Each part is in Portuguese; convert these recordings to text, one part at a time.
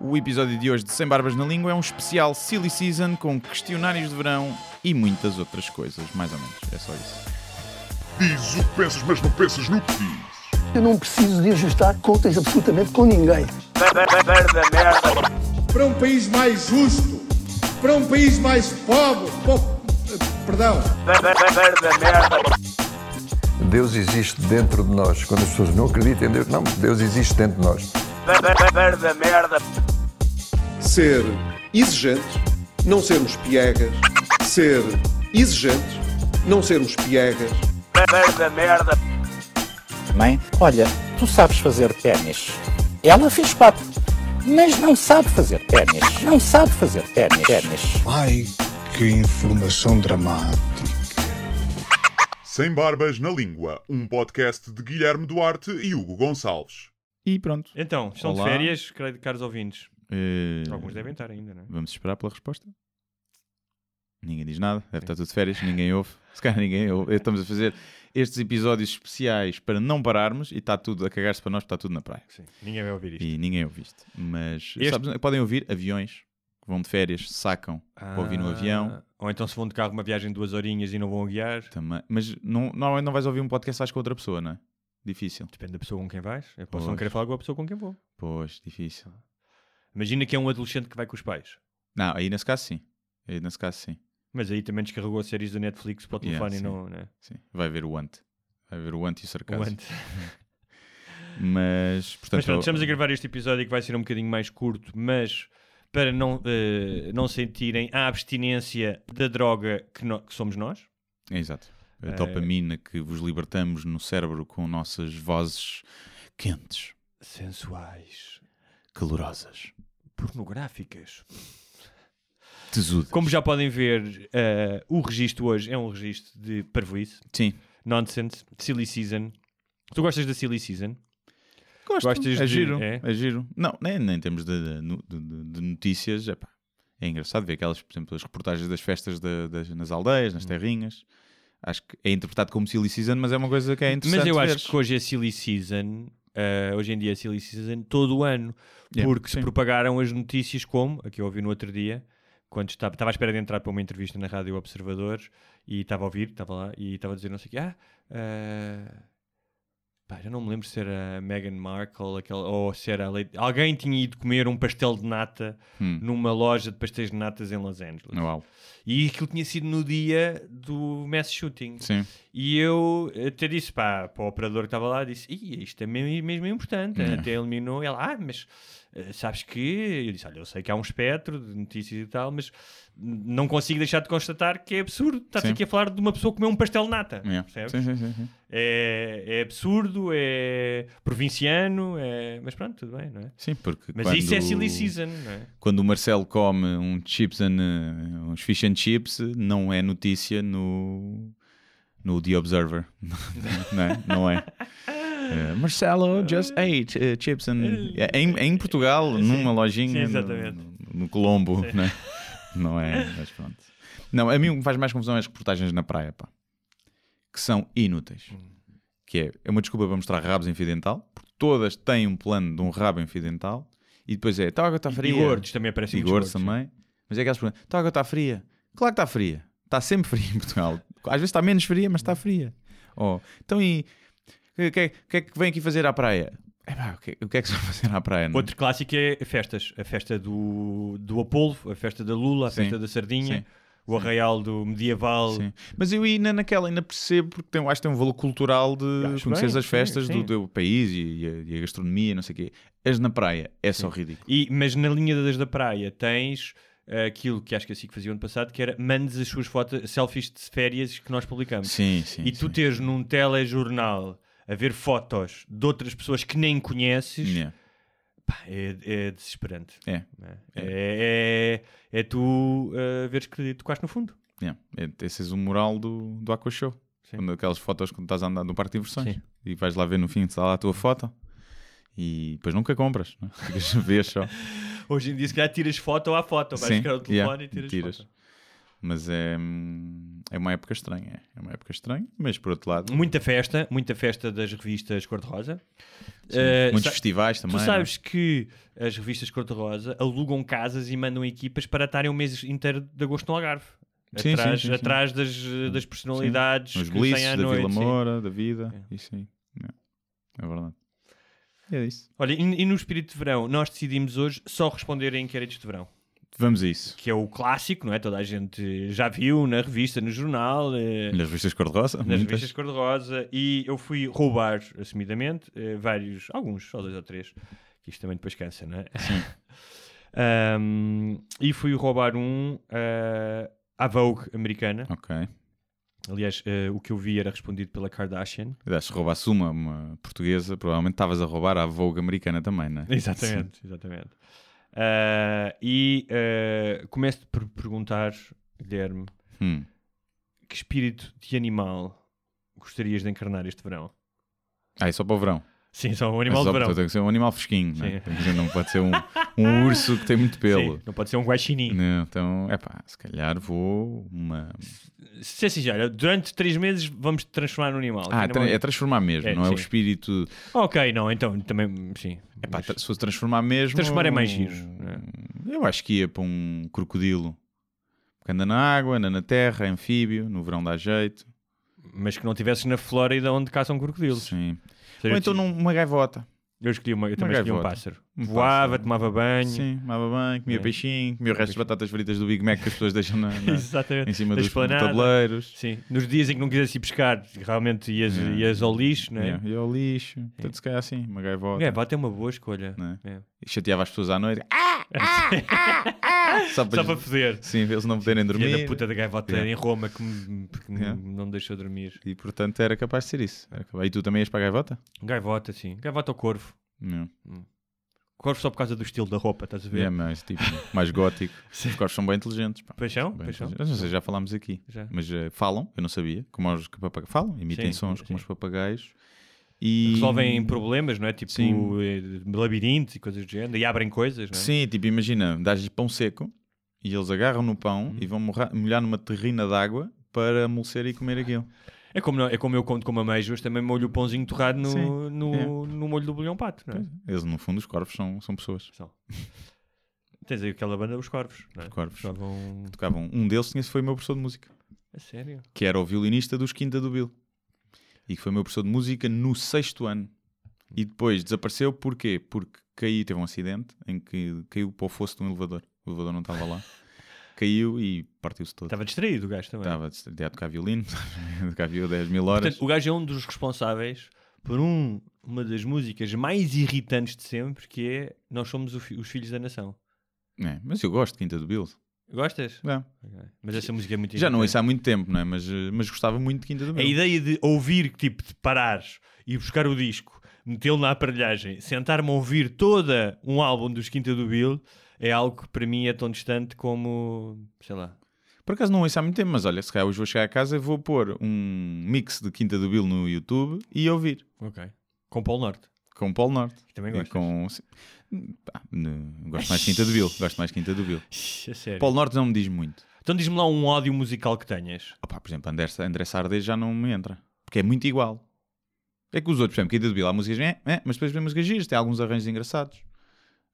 O episódio de hoje de Sem Barbas na Língua é um especial Silly Season com questionários de verão e muitas outras coisas, mais ou menos. É só isso. Diz o que pensas, mas não pensas no que diz. Eu não preciso de ajustar contas absolutamente com ninguém. para um país mais justo, para um país mais pobre, po- perdão, Deus existe dentro de nós. Quando as pessoas não acreditam em Deus, não, Deus existe dentro de nós. ser exigente, não sermos piegas, ser exigente, não sermos piegas, Mãe, olha, tu sabes fazer ténis. Ela fez quatro, mas não sabe fazer ténis. Não sabe fazer ténis. Ténis. Ai, que informação dramática. Sem Barbas na Língua, um podcast de Guilherme Duarte e Hugo Gonçalves. E pronto. Então, estão Olá. de férias, creio- caros ouvintes. Eh, Alguns devem estar ainda, não é? Vamos esperar pela resposta? Ninguém diz nada, deve estar tudo de férias, ninguém ouve. Se calhar ninguém ouve. Eh, Estamos a fazer estes episódios especiais para não pararmos e está tudo a cagar-se para nós, porque está tudo na praia. Sim, ninguém vai ouvir isto. E ninguém ouve isto. Mas Este- sabes, podem ouvir aviões que vão de férias, sacam para ouvir no Ah, avião. Ou então se vão de carro uma viagem de duas horinhas e não vão a guiar. Também. Mas não, normalmente não vais ouvir um podcast, vais com outra pessoa, não é? Difícil. Depende da pessoa com quem vais. Eu posso não Pois. querer falar com a pessoa com quem vou. Pois, difícil. Imagina que é um adolescente que vai com os pais. Não, aí nesse caso sim. Aí nesse caso sim. Mas aí também descarregou as séries da Netflix para o Yeah, telefone e sim. não, né? sim. Vai ver o ante. Vai ver o ante e o O sarcasmo. ante. Mas, portanto, Mas pronto, eu- estamos a gravar este episódio que vai ser um bocadinho mais curto, mas para não, eh, não sentirem a abstinência da droga que, no- que somos nós. É, Exato. A Eh, dopamina que vos libertamos no cérebro com nossas vozes quentes, Sensuais. calorosas, Pornográficas. tesudas. Como já podem ver, eh, o registro hoje é um registro de parvoíce, Sim. nonsense, silly season. Tu gostas da silly season? Gosto. Gostas é de- giro. é? é giro. Não, nem, nem temos de, de, no- de- de- de notícias. epá. É engraçado ver aquelas, por exemplo, as reportagens das festas da- das, nas aldeias, Hum. nas terrinhas. Acho que é interpretado como silly season, mas é uma coisa que é interessante. Mas eu acho ver. que hoje é silly season, eh, hoje em dia é silly season todo o ano, Yeah, porque se sim. propagaram as notícias como, a que eu ouvi no outro dia, quando estava, estava à espera de entrar para uma entrevista na Rádio Observador e estava a ouvir, estava lá e estava a dizer não sei o quê, ah, eh, pá, já não me lembro se era a Meghan Markle aquela, ou se era a Lady- alguém tinha ido comer um pastel de nata Hum. numa loja de pastéis de natas em Los Angeles. Uau. E aquilo tinha sido no dia do mass shooting. Sim. E eu até disse para, para o operador que estava lá, disse, "Ih, isto é mesmo, mesmo importante, Yeah. até eliminou, ela, ah, mas eh, sabes que, eu disse, olha, eu sei que há um espectro de notícias e tal, mas não consigo deixar de constatar que é absurdo, estás Sim. aqui a falar de uma pessoa que comeu um pastel de nata, Yeah. percebes? Sim, sim, sim, sim. É, é absurdo, é provinciano, é... mas pronto, tudo bem, não é? Sim, porque Mas quando... isso é silly season, não é? Quando o Marcelo come um chips and, uh, uns fish and chips, não é notícia no, no The Observer. não é? Não é. Eh, Marcelo just ate uh, chips and. É Em, é em Portugal, numa lojinha. sim, no- exatamente. No, Colombo, não é? Não é, mas pronto. Não, a mim o que me faz mais confusão é as reportagens na praia, pá. Que são inúteis. Hum. Que é, é uma desculpa para mostrar rabos em fio dental, porque todas têm um plano de um rabo em fio dental, e depois é, está água está E fria. gordos também aparecem E muitos gordos gordos, também. Mas é aquelas perguntas: está a água está fria? Claro que está fria. Está sempre fria em Portugal. Às vezes está menos fria, mas Hum. está fria. Oh, então e. O que, é- que é que vem aqui fazer à praia? Epá, o, que, o que é que se vai fazer à praia? não é? Outro clássico é festas. A festa do, do Apolo, a festa da Lula, a Sim, festa da Sardinha, sim, o arraial do medieval. Sim. Mas eu ainda naquela ainda percebo porque tem, acho que tem um valor cultural de Acho conhecer bem, as sim, festas Do, sim. do país e, a, e a gastronomia, não sei o quê. As na praia é só ridículo. E, mas na linha das da praia tens eh, aquilo que acho que assim que fazia ano passado, que era mandes as suas fotos, selfies de férias que nós publicamos. Sim, sim. e tu sim. teres num telejornal a ver fotos de outras pessoas que nem conheces, Yeah. pá, é, é desesperante. É. né? É, é- é tu eh, veres que tu quase no fundo. Yeah. É, esse és o moral do, do Aqua Show. Sim. Quando aquelas fotos quando estás a andar no parque de diversões Sim. e vais lá ver no fim, está lá a tua foto e depois nunca compras. Não? é? Ficas a ver só. Hoje em dia, se calhar, tiras foto à foto, Então vais Sim, ficar o telefone yeah, e tiras, tiras. foto. Mas é, hum, é uma época estranha. É uma época estranha, mas por outro lado, Muita festa, muita festa das revistas cor-de-rosa. sim, Eh, muitos sa- festivais Tu também. é? sabes que as revistas cor-de-rosa alugam casas e mandam equipas para estarem um mês inteiro de agosto no Algarve. Sim, sim, atrás sim, sim. atrás Das, das não é? personalidades Sim. Os que têm blisses à da noite. Vila sim. Moura, da vida. Isso aí. É. é verdade. E é isso. Olha, e, e no espírito de verão, nós decidimos hoje só responder a inquéritos de verão, Vamos a isso. que é o clássico, não é? Toda a gente já viu na revista, no jornal, eh, Nas revistas cor-de-rosa? nas muitas. revistas cor-de-rosa, e eu fui roubar, assumidamente, eh, vários, alguns, só dois ou três, que isto também depois cansa, não é? Ahm, e fui roubar um ah, à Vogue americana. Ok. Aliás, eh, o que eu vi era respondido pela Kardashian. Aliás, se roubasse uma, uma portuguesa, provavelmente estavas a roubar a Vogue americana também, não é? Exatamente, exatamente. Ah, e ah, começo por perguntar, Guilherme, Hum. que espírito de animal gostarias de encarnar este verão? Ah, é só para o verão. Sim, só um animal é só, de verão. portanto, Tem que ser um animal fresquinho, não, é? Sim. Tem que ser- não pode ser um, um urso que tem muito pelo. Sim, não pode ser um guaxinim. Não, então, é pá, se calhar vou uma. Se é sincero, durante três meses vamos te transformar num animal. Ah, Que tra- animal- é transformar mesmo, É, não é o sim. espírito. Ok, não, então também, sim. É pá, Mas- tra- se fosse transformar mesmo. hum, Transformar é mais giro, Eu acho que ia para um crocodilo. Porque anda na água, anda na terra, é anfíbio, no verão dá jeito. mas que não estivesses na Flórida onde caçam crocodilos. Sim. Ou seja, Ou então num- uma gaivota. Eu escolhi uma, eu também escolhi um gaivota. pássaro. Um Voava, pássaro. tomava banho. Sim, tomava bem, comia É. peixinho, comia o resto de batatas fritas do Big Mac que as pessoas deixam na- na- Exatamente. em cima Da dos esplanada. tabuleiros. Sim. Nos dias em que não quisesse ir pescar, realmente ias, Yeah. ias ao lixo, não é? Yeah, E ao lixo. Portanto, se calhar assim, uma gaivota. Gaivota é uma boa escolha. Não é? É. E chateava as pessoas à noite. Ah, ah, ah, ah, Só para, Só para foder. Sim, eles não poderem Filha dormir. da puta da gaivota Yeah. em Roma que, me, que me- Yeah. não me deixou dormir. E portanto era capaz de ser isso. Era capaz- E tu também ias para a gaivota? Gaivota, sim. Gaivota ou corvo. Não. Corvo só por causa do estilo da roupa, estás a ver? É mais tipo, mais gótico. Os corvos são bem inteligentes. Pá. Paixão? Bem Paixão. inteligentes. Eu Não sei, já falámos aqui. Já. Mas eh, falam, eu não sabia. Como os papagaios. Falam, emitem É. Sim, sons como sim. os papagaios. E... Resolvem problemas, não é? Tipo Sim. eh, labirintos e coisas do género. E abrem coisas, não é? Sim, tipo, imagina, dás-lhes pão seco e eles agarram no pão e vão morra- molhar numa terrina d'água para amolecer e comer aquilo. É como, não- é como eu conto com ameijos, também molho o pãozinho torrado no, Sim, no, é. no molho do bolhão pato, não é? Eles, no fundo, os corvos são, são pessoas. Só. Tens aí aquela banda dos corvos, não é? é. Os corvos. Jogavam... Tocavam. Um deles tinha foi o meu professor de música, A sério? que era o violinista dos Quinta do Bill. E que foi o meu professor de música no sexto ano. E depois desapareceu, porquê? Porque caiu, teve um acidente em que caiu para o fosso de um elevador. O elevador não estava lá. Caiu e partiu-se todo. Estava distraído o gajo também. Estava a tocar violino, a tocar violino 10 mil horas. Portanto, o gajo é um dos responsáveis por um, uma das músicas mais irritantes de sempre, que é Nós Somos o Fi- os Filhos da Nação. É, mas eu gosto de Quinta do Bill. Gostas? É. Ok. Mas essa música é muito Já não irritante. isso há muito tempo, não é? Mas, eh, mas gostava muito de Quinta do A Bill. ideia de ouvir, tipo, de parares e buscar o disco, metê-lo na aparelhagem, sentar-me a ouvir toda um álbum dos Quinta do Bill, é algo que para mim é tão distante como, sei lá, Por acaso não isso há muito tempo, mas olha, se calhar hoje vou chegar a casa e vou pôr um mix de Quinta do Bill no YouTube e ouvir. ok, com Paulo Norte. Com Paulo Norte. que Também E gosto. com... sim. Pá, ne- gosto mais de Quinta do Bill. Gosto mais de Quinta do Bill. É sério. Paulo Norte não me diz muito. Então diz-me lá um ódio musical que tenhas. Opá, por exemplo, André, André Sardez já não me entra. Porque é muito igual. É que os outros, por exemplo, Quinta do Bill, há músicas, é, é, mas depois vem músicas giras, tem alguns arranjos engraçados.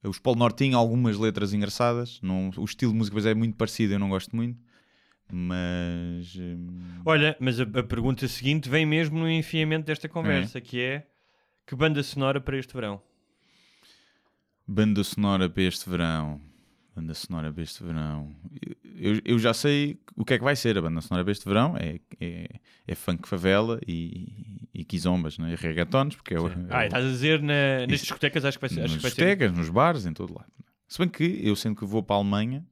Os Paulo Norte têm algumas letras engraçadas. Não, o estilo de música pois é muito parecido, eu não gosto muito. Mas. hum, Olha, mas a, a pergunta seguinte vem mesmo no enfiamento desta conversa, que é que banda sonora para este verão? Banda sonora para este verão. Banda sonora para este verão. Eu, eu já sei o que é que vai ser a banda sonora para este verão. É, é, é funk favela e, e, quizombas, não é? E reggaetons, porque é o. é Ah, o- estás a dizer na- nas Isso- discotecas, acho que vai ser. nas Acho que vai ser... discotecas, nos bares, em todo lado. Se bem que eu sendo que vou para a Alemanha,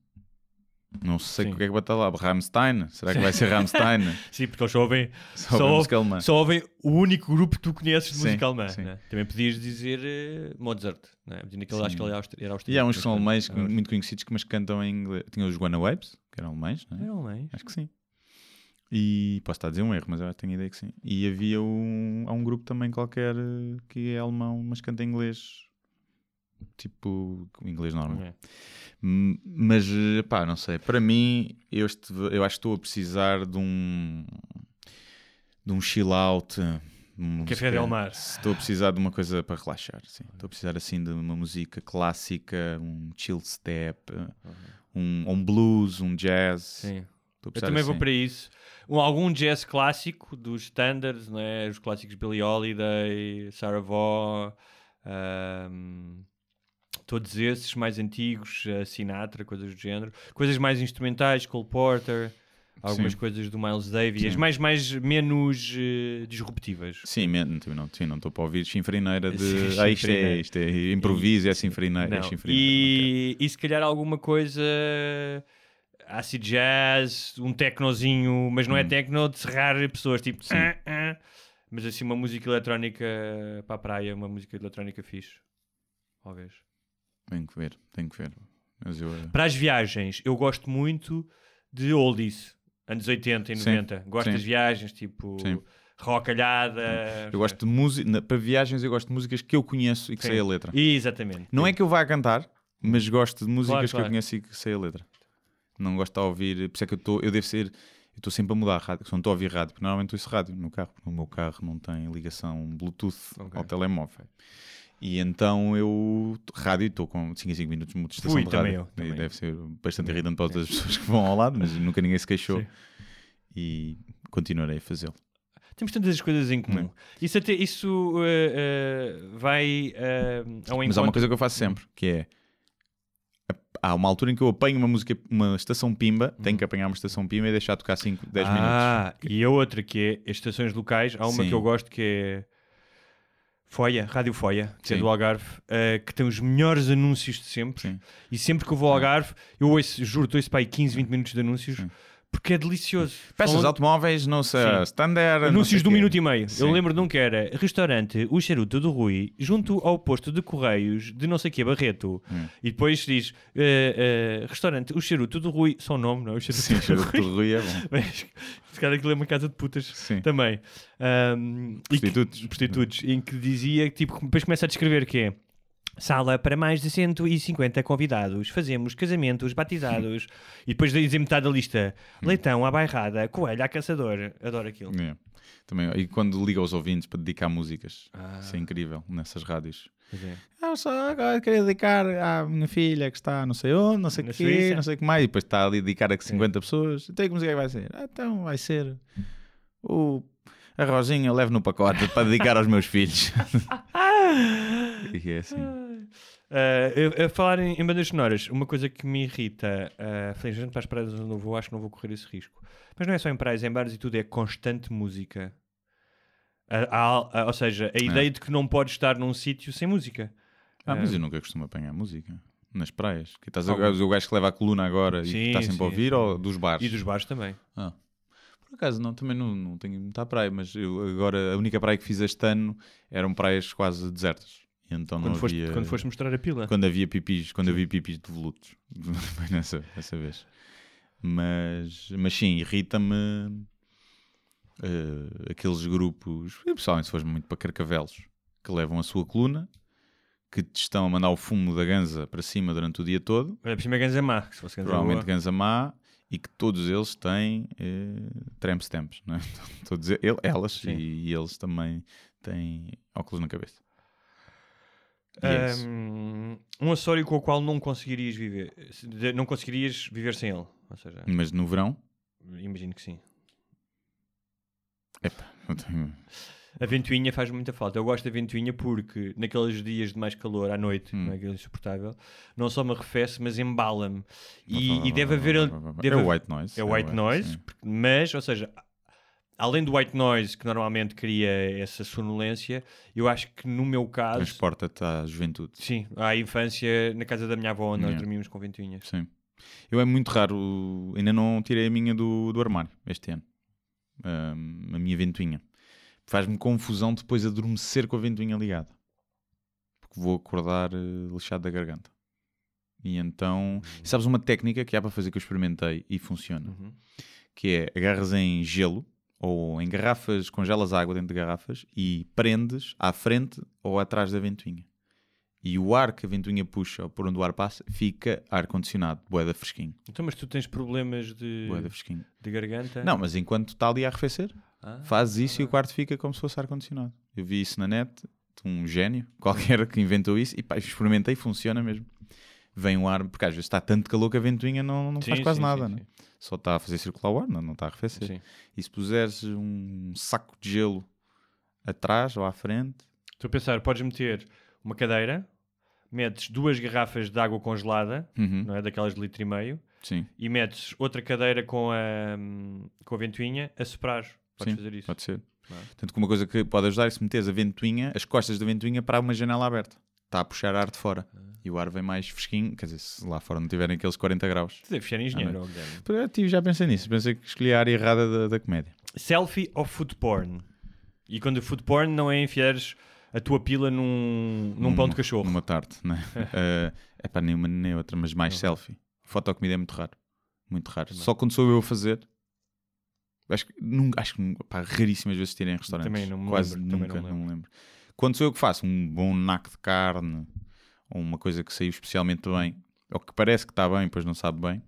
não sei Sim. o que é que vai estar lá. Rammstein? Será que vai ser Rammstein? Sim, porque eles só ouvem, Só ouvem música alemã. só ouvem o único grupo que tu conheces de Sim, música alemã. sim. né? Também podias dizer eh, Mozart, né? Podias- naquele, acho que ele era austri- era e há austríaco. uns que são alemães que- Ah, austríaco. muito conhecidos que mas cantam em inglês. Tinha os Guana Waves, que eram alemães, não é? Eram alemães. Acho que sim. E posso estar a dizer um erro, mas eu tenho a ideia que sim. E havia um, há um grupo também qualquer eh, que é alemão, mas canta em inglês. Tipo, inglês normal. É. M- Mas, eh, pá, não sei. Para mim, eu, estive- eu acho que estou a precisar de um. de um chill out. Um Café se- Del é Mar. Estou a precisar de uma coisa para relaxar. Sim. Estou a precisar assim de uma música clássica, um chill step, um, um blues, um jazz. Uhum. Estou Sim. a Eu precisar também vou assim. para isso. Um- algum jazz clássico dos standards, né? os clássicos Billie Holiday, Sarah Vaughan, ahm, todos esses mais antigos, eh, Sinatra, coisas do género. Coisas mais instrumentais, Cole Porter, algumas Sim. coisas do Miles Davis, Sim. as mais, mais menos eh, disruptivas. Sim, men- não sim, não estou para ouvir chinfrineira de. Sim, ah, isto é, chinfrineira. isto é improviso, é chinfrineira. É Não. chinfrineira. E, e se calhar alguma coisa acid jazz, um tecnozinho, mas não Hum. é tecno de serrar pessoas, tipo, "Ah, ah", mas assim uma música eletrónica para a praia, uma música eletrónica fixe. Talvez. Ok. Tenho que ver, tenho que ver. Mas eu, eh, Para as viagens, eu gosto muito de oldies, anos 80 e Sim, 90. Gosto sim. das viagens, tipo, Sim. rocalhada. eu gosto de música. Para viagens, eu gosto de músicas que eu conheço e que Sim. sei a letra. Exatamente. Não é que eu vá cantar, mas gosto de músicas que claro. eu conheço e que sei a letra. Não gosto de ouvir, por isso é que eu estou, eu devo ser, eu estou sempre a mudar a rádio, se não estou a ouvir rádio, porque normalmente ouço rádio no carro, porque o meu carro não tem ligação Bluetooth ao telemóvel. E então eu, rádio, estou com 5 a 5 minutos de estação Ui, de também rádio. eu, também e eu. deve ser bastante irritante para outras pessoas que vão ao lado, mas nunca ninguém se queixou. Sim. E continuarei a fazê-lo. Temos tantas coisas em comum. Isso, até, isso eh, eh, vai eh, ao encontro. Mas há uma coisa que eu faço sempre, que é há uma altura em que eu apanho uma música, uma estação pimba, tenho que apanhar uma estação pimba e deixar tocar 5, 10 minutos. Uhum. Ah, e a outra que é as estações locais. Há uma Sim. que eu gosto que é Foia, Rádio Foia, que é Sim. do Algarve, eh, que tem os melhores anúncios de sempre. Sim. E sempre que eu vou ao Algarve, eu ouço, juro, ouço para aí 15, 20 minutos de anúncios, porque é delicioso. Peças Falam- automóveis, não sei, Sim. standard. não sei Anúncios de um quê. minuto e meio. Sim. Eu lembro de um que era restaurante O Charuto do Rui, junto ao posto de Correios de não sei que Barreto. Hum. E depois diz eh, eh, restaurante O Charuto do Rui, só o nome, não é? O Charuto Sim, do cheiro de Rui. Rui é bom. Mas esse cara aquilo é uma casa de putas Sim. também. Ahm, e que- Prostitutos. prostitutos, em que dizia que tipo, depois começa a descrever que é. Sala para mais de 150 convidados. Fazemos casamentos, batizados. e depois dizem metade da lista. Hum. Leitão à bairrada, coelho a caçador. Adoro aquilo. É. Também, e quando liga aos ouvintes para dedicar músicas, Ah. isso é incrível nessas rádios. é. Eu só agora queria dedicar à minha filha que está não sei onde, não sei o Na quê, Suíça. não sei o que mais, e depois está ali a dedicar a 50 pessoas. Então e que música é que vai ser? Ah, então vai ser o a Rosinha eu levo no pacote para dedicar aos meus filhos. e é assim. Uh, a, a falar em, em bandas sonoras, uma coisa que me irrita, uh, felizmente para as praias onde eu vou, acho que não vou correr esse risco. Mas não é só em praias, é em bares e tudo, é constante música. A- a- a- ou seja, É. a ideia de que não podes estar num sítio sem música. Ah, mas é. eu nunca costumo apanhar música nas praias. Que estás a, o gajo que leva a coluna agora e que Sim, está sempre a sim. ouvir ou dos bares? E dos bares também. Ah. Por acaso, não, também não, não tenho muita praia, mas eu agora a única praia que fiz este ano eram praias quase desertas. E Então Quando, não foste, havia... quando foste mostrar a pila. quando havia pipis, quando havia pipis de volutos. Foi nessa, nessa vez. Mas, mas sim, irrita-me eh, aqueles grupos, e pessoalmente se fores muito para carcavelos, que levam a sua coluna, que te estão a mandar o fumo da ganza para cima durante o dia todo, Olha, por cima é Ganza Má, que se fosse Ganza provavelmente Boa. ganza má, e que todos eles têm eh, tramp stamps, não é? todos e- ele- elas e, Sim. e eles também têm óculos na cabeça. E é isso. Um, um acessório com o qual não conseguirias viver. Se- de- Não conseguirias viver sem ele. Ou seja, Mas no verão, imagino que sim. epá, não tenho- A ventoinha faz muita falta. Eu gosto da ventoinha porque naqueles dias de mais calor à noite, Hum. não é aquilo insuportável, não só me arrefece, mas embala-me. E, e deve haver. um É Deve o white noise. É o white noise, sim. porque- mas, ou seja, a- além do white noise que normalmente cria essa sonolência, eu acho que no meu caso. Transporta-te à juventude. Sim, à infância, na casa da minha avó, onde nós Yeah. dormíamos com ventoinhas. Sim. Eu é muito raro, ainda não tirei a minha do, do armário este ano. Ahm, a minha ventoinha. Faz-me confusão depois adormecer com a ventoinha ligada. Porque vou acordar eh, lixado da garganta. E então, sabes uma técnica que há para fazer que eu experimentei e funciona? Uhum. que é agarras em gelo ou em garrafas, congelas água dentro de garrafas e prendes à frente ou atrás da ventoinha. E o ar que a ventoinha puxa, ou por onde o ar passa, fica ar-condicionado, boeda fresquinho. Então, mas tu tens problemas de, Boeda fresquinho. de garganta? Não, mas enquanto está ali a arrefecer, Ah, fazes isso e o quarto fica como se fosse ar-condicionado. Eu vi isso na net, de um gênio qualquer que inventou isso, e pá, experimentei, funciona mesmo. Vem o ar, porque às vezes está tanto calor que a ventoinha não, não Sim, faz quase sim, nada, sim, né? sim. só está a fazer circular o ar, não, não está a arrefecer. Sim. E se puseres um saco de gelo atrás ou à frente, Estou a pensar, podes meter uma cadeira, metes duas garrafas de água congelada, Uhum. não é? Daquelas de litro e meio, sim, e metes outra cadeira com a, com a ventoinha a soprar. Podes sim, fazer isso. pode ser. Não é? Tanto que uma coisa que pode ajudar é se meteres a ventoinha, as costas da ventoinha para uma janela aberta. Está a puxar ar de fora. E o ar vem mais fresquinho, quer dizer, se lá fora não tiverem aqueles 40 graus. Tu deves ser engenheiro, Ah, ó, Guilherme. Pô, eu tive- já pensei nisso, pensei que escolhi a área errada da, da comédia. Selfie ou food porn? E quando food porn não é enfiares a tua pila num, num pão de cachorro. Numa tarde, né? é para nenhuma nem outra, mas mais selfie. Foto comida é muito raro. Muito raro. Só quando sou eu a fazer. Acho que, nunca, acho que nunca- pá, raríssimas vezes tirei em restaurantes. Também não me Quase lembro, também nunca, não me não me lembro. Quando sou eu que faço um bom naco de carne ou uma coisa que saiu especialmente bem, ou que parece que está bem, pois não sabe bem,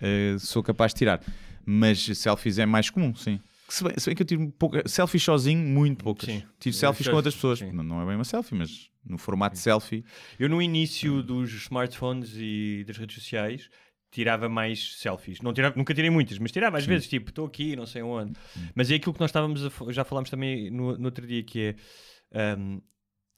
eh, sou capaz de tirar. Mas selfies é mais comum, sim. Que Se bem, se bem que eu tiro pouca, selfies sozinho, muito poucas. Sim. Tiro selfies com outras pessoas. Sim. Não, não é bem uma selfie, mas no formato selfie. Eu no início dos smartphones e das redes sociais tirava mais selfies. Não tirava, nunca tirei muitas, mas tirava às vezes, tipo, estou aqui, não sei onde. Mas é aquilo que nós estávamos a fa- já falámos também no, no outro dia, que é ahm,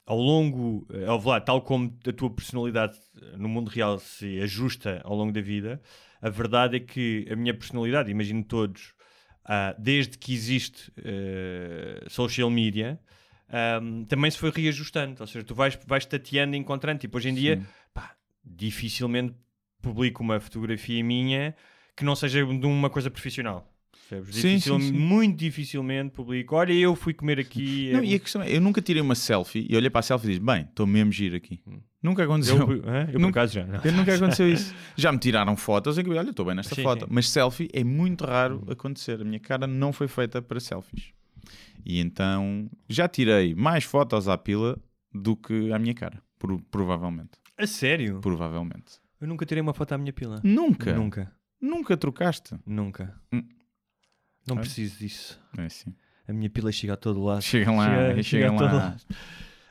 ao longo, eh, ao lá, tal como a tua personalidade eh, no mundo real se ajusta ao longo da vida, a verdade é que a minha personalidade, imagino todos, ah, desde que existe eh, social media, ahm, também se foi reajustando. Ou seja, tu vais, vais tateando e encontrando. Tipo, hoje em dia, pá, dificilmente publico uma fotografia minha que não seja de uma coisa profissional. percebes? Sim, sim, Dificil- sim. Muito dificilmente publico. Olha, eu fui comer aqui. Não, eh, e a questão é, eu nunca tirei uma selfie e olhei para a selfie e disse, bem, estou mesmo giro aqui. Nunca aconteceu. eu, por- hã? eu por Nunca- acaso já. não. Eu nunca aconteceu isso. Já me tiraram fotos em que eu, olha, estou bem nesta Sim, foto. sim. Mas selfie é muito raro acontecer. A minha cara não foi feita para selfies. E então já tirei mais fotos à pila do que à minha cara. Pro- provavelmente. A sério? Provavelmente. Eu nunca tirei uma foto à minha pila. Nunca. Nunca, Nunca. trocaste. Nunca. Hum. Não Ah. preciso disso. É assim. A minha pila chega a todo lado. Chega lá, chega, a todo lá. lado.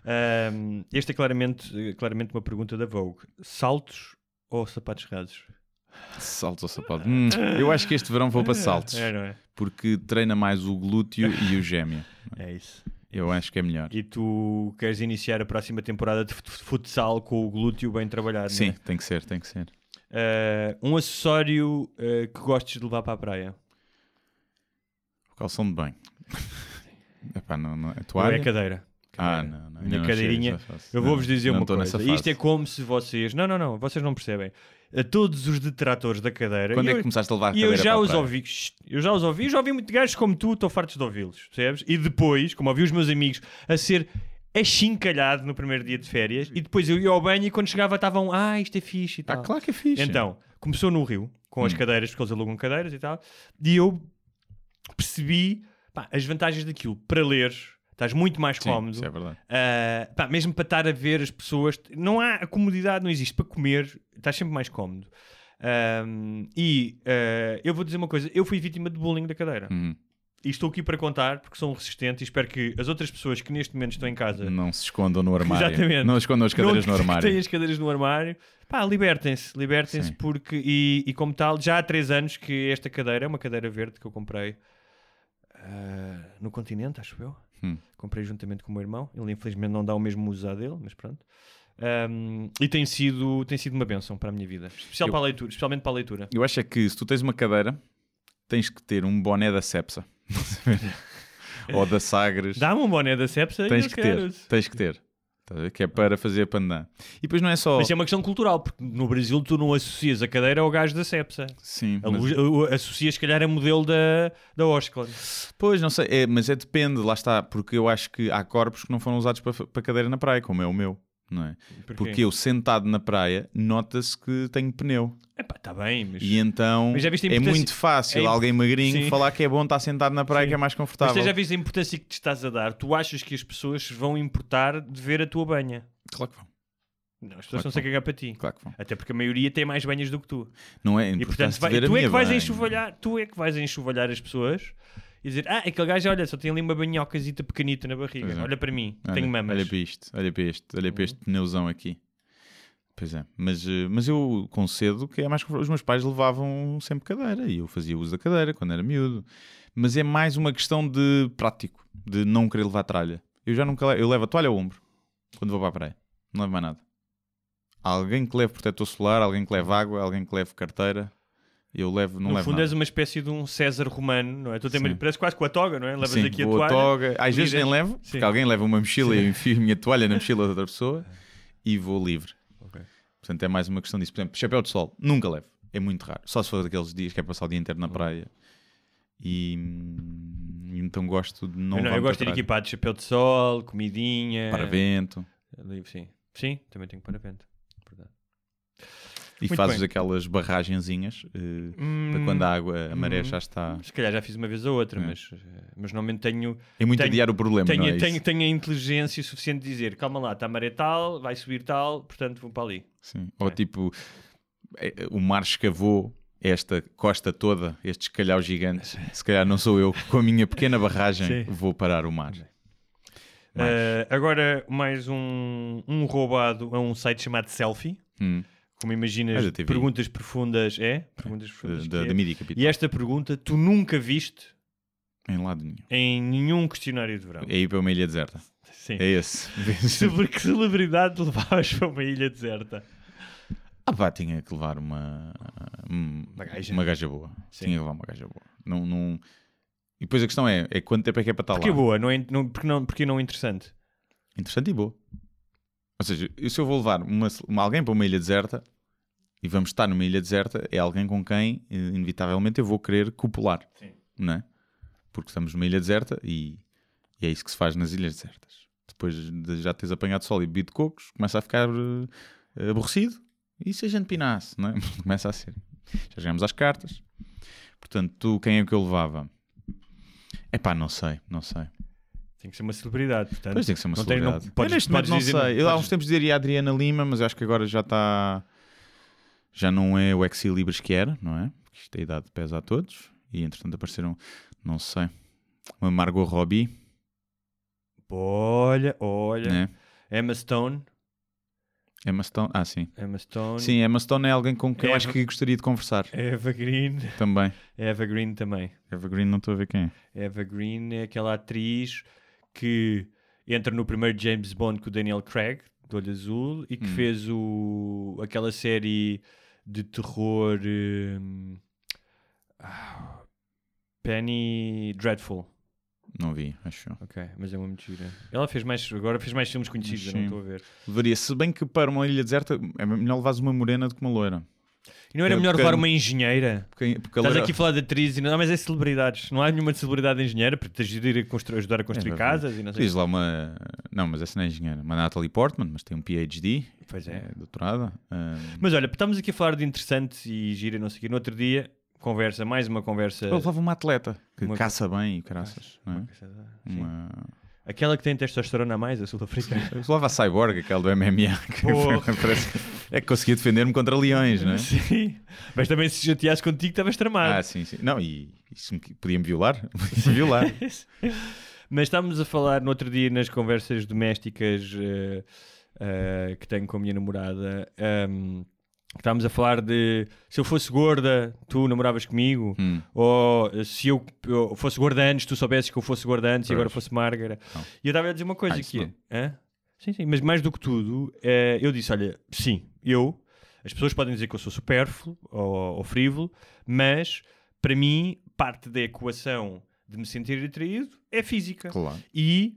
Ahm, este é claramente, claramente uma pergunta da Vogue. Saltos ou sapatos rasos? Saltos ou sapato. Hum, eu acho que este verão vou para saltos. É, não é? Porque treina mais o glúteo e o gêmeo. É isso. Eu acho que é melhor. E tu queres iniciar a próxima temporada de fut- futsal com o glúteo bem trabalhado, Sim, não é? tem que ser, tem que ser. Ah, um acessório ah, que gostes de levar para a praia? Calção de banho. Epá, não, não, a Ou toalha? é cadeira? Ah, não, não. Minha não cadeirinha. chega a essa fase. Eu vou-vos Não, dizer não uma estou coisa. nessa Isto é fase. como se vocês. Não, não, não. Vocês não percebem. A todos os detratores da cadeira. Quando e é que eu- começaste a levar a E cadeira eu já para a os praia? ouvi, Shhh, eu já os ouvi, já ouvi muito gajos como tu, estou fartos de ouvi-los, percebes? E depois, como ouvi os meus amigos a ser achincalhado no primeiro dia de férias, e depois eu ia ao banho e quando chegava estavam, ah, isto é fixe e Ah, tal. claro que é fixe. Então, começou no Rio, com as cadeiras, porque eles alugam cadeiras e tal, e eu percebi pá, as vantagens daquilo para ler, estás muito mais Sim, cómodo. isso é verdade. Ah, pá, mesmo para estar a ver as pessoas, não há a comodidade, não existe. Para comer, estás sempre mais cómodo. Ahm, e ah, eu vou dizer uma coisa: eu fui vítima de bullying da cadeira. Uhum. E estou aqui para contar porque sou um resistente e espero que as outras pessoas que neste momento estão em casa Não se escondam no armário. Exatamente. Não escondam as cadeiras não, no Têm armário. as cadeiras no armário. Pá, libertem-se, libertem-se, Sim. porque. E, e como tal, já há três anos que esta cadeira é uma cadeira verde que eu comprei ah, no continente, acho eu. Hum. Comprei juntamente com o meu irmão. Ele infelizmente não dá o mesmo uso à dele, mas pronto. Ahm, e tem sido, tem sido uma benção para a minha vida, Especial Eu- para a leitura, especialmente para a leitura. Eu acho é que se tu tens uma cadeira, tens que ter um boné da Cepsa. Ou da Sagres. Dá-me um boné da Cepsa tens e eu que quero. ter. Tens que ter. Estás a ver? Que é para fazer pandan. E depois não é só. Mas isso é uma questão cultural, porque no Brasil tu não associas a cadeira ao gajo da Cepsa. Sim, A mas- luz- o- Associas, se calhar, a modelo da, da Oscar. Pois, não sei, é, mas é depende, lá está, porque eu acho que há corpos que não foram usados para, fa- para cadeira na praia, como é o meu, não é? Porque eu sentado na praia, nota-se que tenho pneu. Epá, tá bem, mas... E então Mas já viste a é importância- muito fácil é imp- alguém magrinho Sim. falar que é bom estar sentado na praia que é mais Mas confortável. tu já viste a importância que te estás a dar? Tu achas que as pessoas se vão importar de ver a tua banha? Claro que vão. Não, as pessoas não se a cagar para ti. Claro que vão. Até porque a maioria tem mais banhas do que tu. Não é E importante portanto, vai- ver a tu é minha que vais a bem. enxovalhar, tu é que vais a enxovalhar as pessoas e dizer, ah, aquele gajo, olha, só tem ali uma banhocasita pequenita na barriga. Pois é. Olha para mim, Olha- tenho mamas. Uhum. Olha para isto, olha para este, olha para este pneuzão aqui. Pois é, mas, eh, mas eu concedo que é mais confortável. Os meus pais levavam sempre cadeira e eu fazia uso da cadeira quando era miúdo. Mas é mais uma questão de prático, de não querer levar tralha. Eu já nunca levo, eu levo a toalha ao ombro quando vou para a praia. Não levo mais nada. Alguém que leve protetor solar, alguém que leve água, alguém que leve carteira. Eu levo, não no levo fundo nada. és uma espécie de um César romano, não é? Tu tem Sim. parece quase com a toga, não é? Levas Sim, aqui a vou toalha. toga. Às vezes lidas. nem levo, porque Sim. alguém leva uma mochila e eu enfio a minha toalha na mochila da outra pessoa e vou livre. Ok. Portanto, é mais uma questão disso. Por exemplo, chapéu de sol, nunca levo. É muito raro. Só se for daqueles dias que é passar o dia inteiro Uhum. na praia. E hum, então gosto de não eu, não, levar eu gosto de ir muita equipado de chapéu de sol, comidinha. tralha. Paravento. ali, sim. sim, também tenho paravento. Verdade. E Muito fazes bem. aquelas barragenzinhas eh, para Hum, quando a água, a maré hum. já está. Se calhar já fiz uma vez ou outra, É. mas, eh, mas normalmente tenho, É muito Tenho- adiar o problema, tenho, não é? isso? tenho, tenho a inteligência suficiente de dizer: calma lá, está a maré tal, vai subir tal, portanto vou para ali. Sim. Ou tipo, é, o mar escavou esta costa toda, este escalhau gigante. Se calhar não sou eu, com a minha pequena barragem, Sim. vou parar o mar. Mais. Eh, agora, mais um, um roubado a um site chamado Selfie. Hum, Como imaginas, Ah, da TV. perguntas profundas. É? Perguntas profundas. da, que da é. mídia E capital. esta pergunta tu nunca viste Em lado nenhum. em nenhum questionário de verão. É ir para uma ilha deserta. Sim. É esse. Sobre que celebridade levavas para uma ilha deserta? ah, pá, tinha que levar uma. um- Uma gaja. boa. Sim. Tinha que levar uma gaja boa. Não, não... E depois a questão é: é quanto tempo é que é para estar Porque é lá? boa, não é, não, porque, não, porque não é interessante. Interessante e boa. Ou seja, eu- se eu vou levar uma, uma- alguém para uma ilha deserta e vamos estar numa ilha deserta, é alguém com quem, eh, inevitavelmente, eu vou querer copular. Não é? Porque estamos numa ilha deserta e, e é isso que se faz nas ilhas desertas. Depois de já teres apanhado sol e bebido cocos, começa a ficar eh, aborrecido e se a gente pinasse, não é? começa a ser. Já chegámos às cartas. Portanto, tu, quem é que eu levava? Epá, não sei, não sei. Tem que ser uma celebridade. Portanto, Pois tem que ser uma não tem- não- celebridade. podes- eu neste podes momento não dizer- sei. Eu há podes- uns tempos diria a Adriana Lima, mas eu acho que agora já está. Já não é o Exi Libres que era, não é? Porque isto a idade pesa a todos. E entretanto apareceram, não sei, uma Margot Robbie, Olha, olha. né? Emma Stone. Emma Stone. Ah, sim. Emma Stone. Sim, Emma Stone é alguém com quem eu Eva- acho que gostaria de conversar Eva Green. também. Eva Green também. Evergreen, não estou a ver quem é. Eva Green é aquela atriz que entra no primeiro James Bond com o Daniel Craig, do Olho Azul, e que Hum. fez o, aquela série de terror hum, ah, Penny Dreadful. Não vi, acho. eu. Ok, mas é uma mentira. Ela fez mais, agora fez mais filmes conhecidos, eu não sim. estou a ver. Levaria, se bem que para uma ilha deserta é melhor levares uma morena do que uma loira. E não era Era melhor porque- levar uma engenheira? Porque, porque a Estás loira- aqui a falar de atrizes e não, ah, mas é celebridades. Não há nenhuma celebridade engenheira porque tens de ir a constru- ajudar a construir verdade. casas e não sei. Diz lá uma. Não, mas essa não é engenheira. Uma Natalie Portman, mas tem um PhD. Pois é. É doutorada. eh, Ahm, Mas olha, estamos aqui a falar de interessante e gira, não sei o quê. No outro dia, conversa, mais uma conversa. Eu levava uma atleta que Uma- caça bem e caraças. não é? Sim. Uma... Aquela que tem testosterona a mais, a sul-africana. Eu levava a Cyborg, aquela do MMA, que Porra. parece é que conseguia defender-me contra leões, não é? Sim. Mas também se chateasse contigo, estavas tramado. Ah, sim, sim. Não, e isso me... podia-me violar? Podia-me violar. Mas estávamos a falar no outro dia nas conversas domésticas eh, eh, que tenho com a minha namorada. ehm, que estávamos a falar de se eu fosse gorda, tu namoravas comigo, Hum. ou eh, se eu, eu fosse gorda antes, tu soubesses que eu fosse gorda antes e agora fosse magra. E eu estava a dizer uma coisa Ah, isso aqui. não. Hã? Sim, sim, mas mais do que tudo, eh, eu disse: olha, sim, eu. As pessoas podem dizer que eu sou supérfluo ou, ou frívolo, mas para mim, parte da equação de me sentir atraído é física. Claro. E,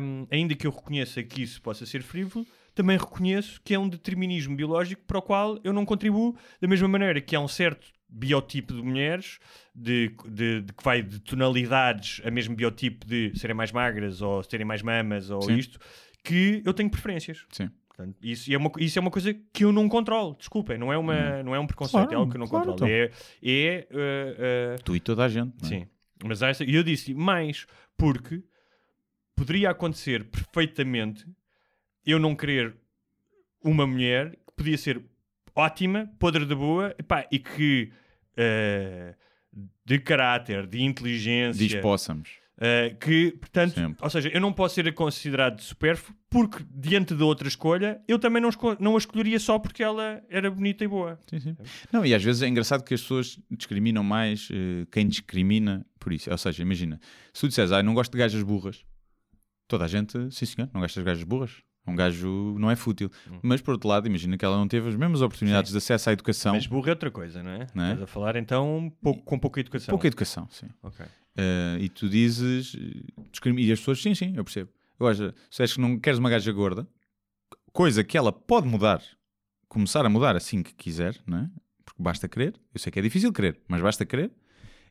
hum, ainda que eu reconheça que isso possa ser frívolo, também reconheço que é um determinismo biológico para o qual eu não contribuo, da mesma maneira que há um certo biotipo de mulheres, de, de- de que vai de tonalidades a mesmo biotipo de serem mais magras ou terem mais mamas ou Sim. isto, que eu tenho preferências. Sim. Portanto, isso, é uma, co- isso é uma coisa que eu não controlo, desculpem, não é, uma, não é um preconceito, Uhum. Claro, é algo que eu não claro, então. controlo. É, é, uh, uh, Tu e toda a gente. não é? Sim. Mas há essa- e eu disse mais, porque poderia acontecer perfeitamente eu não querer uma mulher que podia ser ótima, podre de boa, epá, e que eh, de caráter, de inteligência, Diz possamos. eh, que, portanto, Sempre. ou seja, eu não posso ser considerado supérfluo porque, diante da outra escolha, eu também não, esco- não a escolheria só porque ela era bonita e boa. Sim, sim. Não, e às vezes é engraçado que as pessoas discriminam mais eh, quem discrimina por isso. Ou seja, imagina, se tu disseres, ah, eu não gosto de gajas burras, toda a gente, sim senhor, não gosta de gajas burras. Um gajo não é fútil. Mas por outro lado, imagina que ela não teve as mesmas oportunidades de acesso à educação. Mas burra é outra coisa, não é? Não é? Estás a falar, então, pouco- com pouca educação. Pouca educação, sim. Ok. Eh, e tu dizes, eh, discrimi- e as pessoas, sim, sim, eu percebo. Agora, se és que não queres uma gaja gorda, coisa que ela pode mudar, começar a mudar assim que quiser, não é? Porque basta querer. Eu sei que é difícil querer, mas basta querer.